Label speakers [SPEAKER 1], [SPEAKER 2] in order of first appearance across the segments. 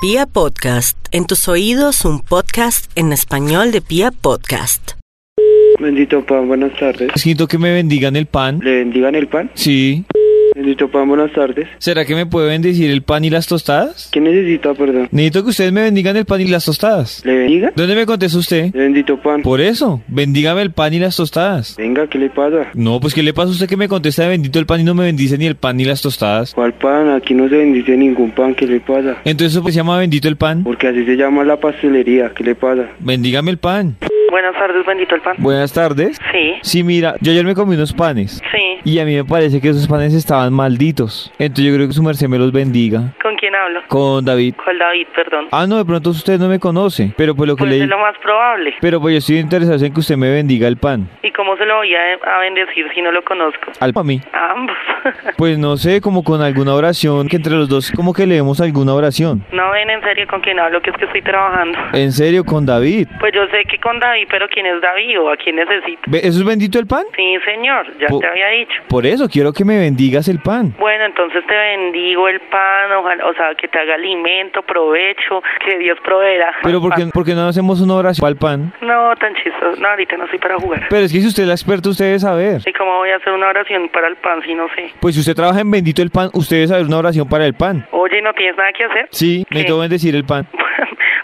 [SPEAKER 1] Pia Podcast, en tus oídos un podcast en español de Pia Podcast.
[SPEAKER 2] Bendito pan, buenas tardes.
[SPEAKER 3] Necesito que me bendigan el pan.
[SPEAKER 2] ¿Le bendigan el pan?
[SPEAKER 3] Sí.
[SPEAKER 2] Bendito pan, buenas tardes.
[SPEAKER 3] ¿Será que me puede bendecir el pan y las tostadas?
[SPEAKER 2] ¿Qué necesita, perdón?
[SPEAKER 3] Necesito que ustedes me bendigan el pan y las tostadas.
[SPEAKER 2] ¿Le bendiga?
[SPEAKER 3] ¿Dónde me contesta usted?
[SPEAKER 2] Bendito pan.
[SPEAKER 3] Por eso, bendígame el pan y las tostadas.
[SPEAKER 2] Venga, ¿qué le pasa?
[SPEAKER 3] No, pues ¿qué le pasa a usted que me contesta de bendito el pan y no me bendice ni el pan ni las tostadas?
[SPEAKER 2] ¿Cuál pan? Aquí no se bendice ningún pan, ¿qué le pasa?
[SPEAKER 3] Entonces eso pues, se llama bendito el pan.
[SPEAKER 2] Porque así se llama la pastelería, ¿qué le pasa?
[SPEAKER 3] Bendígame el pan.
[SPEAKER 4] Buenas tardes, bendito el pan.
[SPEAKER 3] Buenas tardes.
[SPEAKER 4] Sí,
[SPEAKER 3] Sí, mira, yo ayer me comí unos panes.
[SPEAKER 4] sí.
[SPEAKER 3] Y a mí me parece que esos panes estaban malditos. Entonces yo creo que su merced me los bendiga.
[SPEAKER 4] ¿Con quién hablo?
[SPEAKER 3] Con David.
[SPEAKER 4] ¿Cuál David, perdón?
[SPEAKER 3] Ah, no, de pronto usted no me conoce. Pero pues lo que
[SPEAKER 4] Pues
[SPEAKER 3] le
[SPEAKER 4] es lo más probable.
[SPEAKER 3] Pero pues yo estoy interesado en que usted me bendiga el pan.
[SPEAKER 4] ¿Y cómo se lo voy a, a bendecir si no lo conozco?
[SPEAKER 3] Al pan a mí.
[SPEAKER 4] A ambos.
[SPEAKER 3] Pues no sé, como con alguna oración, que entre los dos como que leemos alguna oración.
[SPEAKER 4] no ven en serio con quién hablo, que es que estoy trabajando.
[SPEAKER 3] En serio, con David.
[SPEAKER 4] Pues yo sé que con David, pero ¿quién es David o a quién necesito?
[SPEAKER 3] Ve- ¿Eso es bendito el pan?
[SPEAKER 4] Sí, señor, ya
[SPEAKER 3] Po-
[SPEAKER 4] te había dicho.
[SPEAKER 3] Por eso quiero que me bendigas el pan.
[SPEAKER 4] Bueno, entonces te bendigo el pan, ojalá, o sea, que te haga alimento, provecho, que Dios proveerá.
[SPEAKER 3] Pero ¿por qué, por qué no hacemos una oración para el pan?
[SPEAKER 4] No, tan chistoso. No, ahorita no soy para jugar.
[SPEAKER 3] Pero es que si usted es la experta, usted debe saber.
[SPEAKER 4] ¿Y cómo voy a hacer una oración para el pan si no sé?
[SPEAKER 3] Pues si usted trabaja en bendito el pan, usted debe saber una oración para el pan.
[SPEAKER 4] Oye, ¿no tienes nada que hacer?
[SPEAKER 3] Sí,
[SPEAKER 4] ¿Qué?
[SPEAKER 3] necesito bendecir el pan.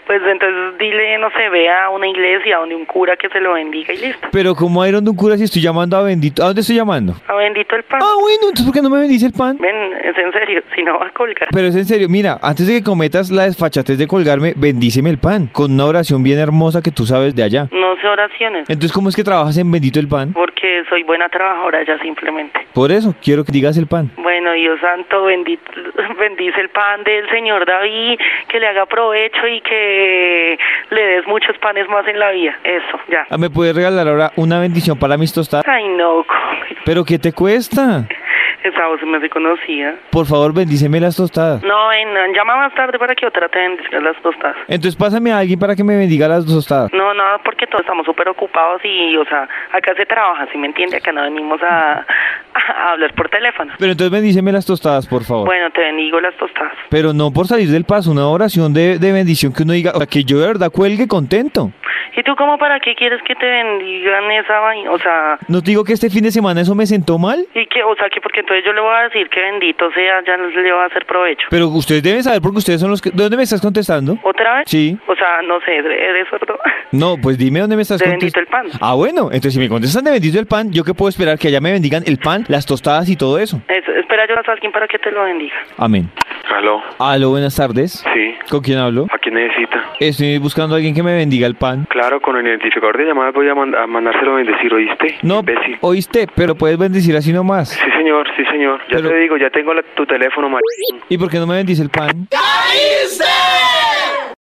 [SPEAKER 4] Pues entonces dile, no sé, ve a una iglesia donde un cura que se lo bendiga y listo.
[SPEAKER 3] Pero como hay donde un cura si estoy llamando a bendito... ¿A dónde estoy llamando?
[SPEAKER 4] Ah, bendito el pan.
[SPEAKER 3] Ah, bueno, entonces ¿por qué no me bendice el pan?
[SPEAKER 4] Ven, es en serio, si no va a colgar.
[SPEAKER 3] Pero es en serio, mira, antes de que cometas la desfachatez de colgarme, bendíceme el pan, con una oración bien hermosa que tú sabes de allá.
[SPEAKER 4] No sé oraciones,
[SPEAKER 3] Entonces, ¿cómo es que trabajas en bendito el pan?
[SPEAKER 4] porque soy buena trabajadora ya simplemente.
[SPEAKER 3] Por eso, quiero que digas el pan.
[SPEAKER 4] Bueno, Dios santo, bendito, bendice el pan del señor David, que le haga provecho y que le des muchos panes más en la vida. Eso, ya.
[SPEAKER 3] Ah, ¿Me puedes regalar ahora una bendición para mis tostadas?
[SPEAKER 4] Ay, no, co-
[SPEAKER 3] ¿Pero qué te cuesta?
[SPEAKER 4] esa voz me reconocía.
[SPEAKER 3] Por favor, bendíceme las tostadas.
[SPEAKER 4] No, ven, llama más tarde para que otra te bendiga las tostadas.
[SPEAKER 3] Entonces, pásame a alguien para que me bendiga las tostadas.
[SPEAKER 4] No, no, porque todos estamos súper ocupados y, o sea, acá se trabaja, ¿sí me entiende? Acá no venimos a, a hablar por teléfono.
[SPEAKER 3] Pero entonces, bendíceme las tostadas, por favor.
[SPEAKER 4] Bueno, te bendigo las tostadas.
[SPEAKER 3] Pero no por salir del paso, una oración de, de bendición que uno diga, o sea, que yo de verdad cuelgue contento.
[SPEAKER 4] ¿Y tú cómo para qué quieres que te bendigan esa vaina? O sea,
[SPEAKER 3] ¿No te digo que este fin de semana eso me sentó mal?
[SPEAKER 4] y que, o sea, que porque entonces yo le voy a decir que bendito sea, ya no le va a hacer provecho.
[SPEAKER 3] Pero ustedes deben saber porque ustedes son los que... ¿De ¿Dónde me estás contestando?
[SPEAKER 4] ¿Otra vez?
[SPEAKER 3] Sí.
[SPEAKER 4] O sea, no sé, ¿eres sordo?
[SPEAKER 3] No, pues dime dónde me estás
[SPEAKER 4] De
[SPEAKER 3] contestando.
[SPEAKER 4] bendito el pan.
[SPEAKER 3] Ah, bueno, entonces si me contestan de bendito el pan, ¿yo qué puedo esperar? Que allá me bendigan el pan, las tostadas y todo eso.
[SPEAKER 4] Es- espera, yo las alguien para que te lo bendiga.
[SPEAKER 3] Amén.
[SPEAKER 2] ¿Aló?
[SPEAKER 3] Aló, buenas tardes.
[SPEAKER 2] Sí.
[SPEAKER 3] ¿Con quién hablo?
[SPEAKER 2] ¿A quién necesita?
[SPEAKER 3] Estoy buscando a alguien que me bendiga el pan.
[SPEAKER 2] Claro, con el identificador de llamada voy a, mand- a mandárselo a bendecir, ¿oíste?
[SPEAKER 3] No,
[SPEAKER 2] Imbécil.
[SPEAKER 3] oíste, pero puedes bendecir así nomás.
[SPEAKER 2] Sí, señor, sí, señor. Ya
[SPEAKER 3] Pero-
[SPEAKER 2] te digo, ya tengo la- tu teléfono, mar...
[SPEAKER 3] ¿Y por qué no me bendice el pan?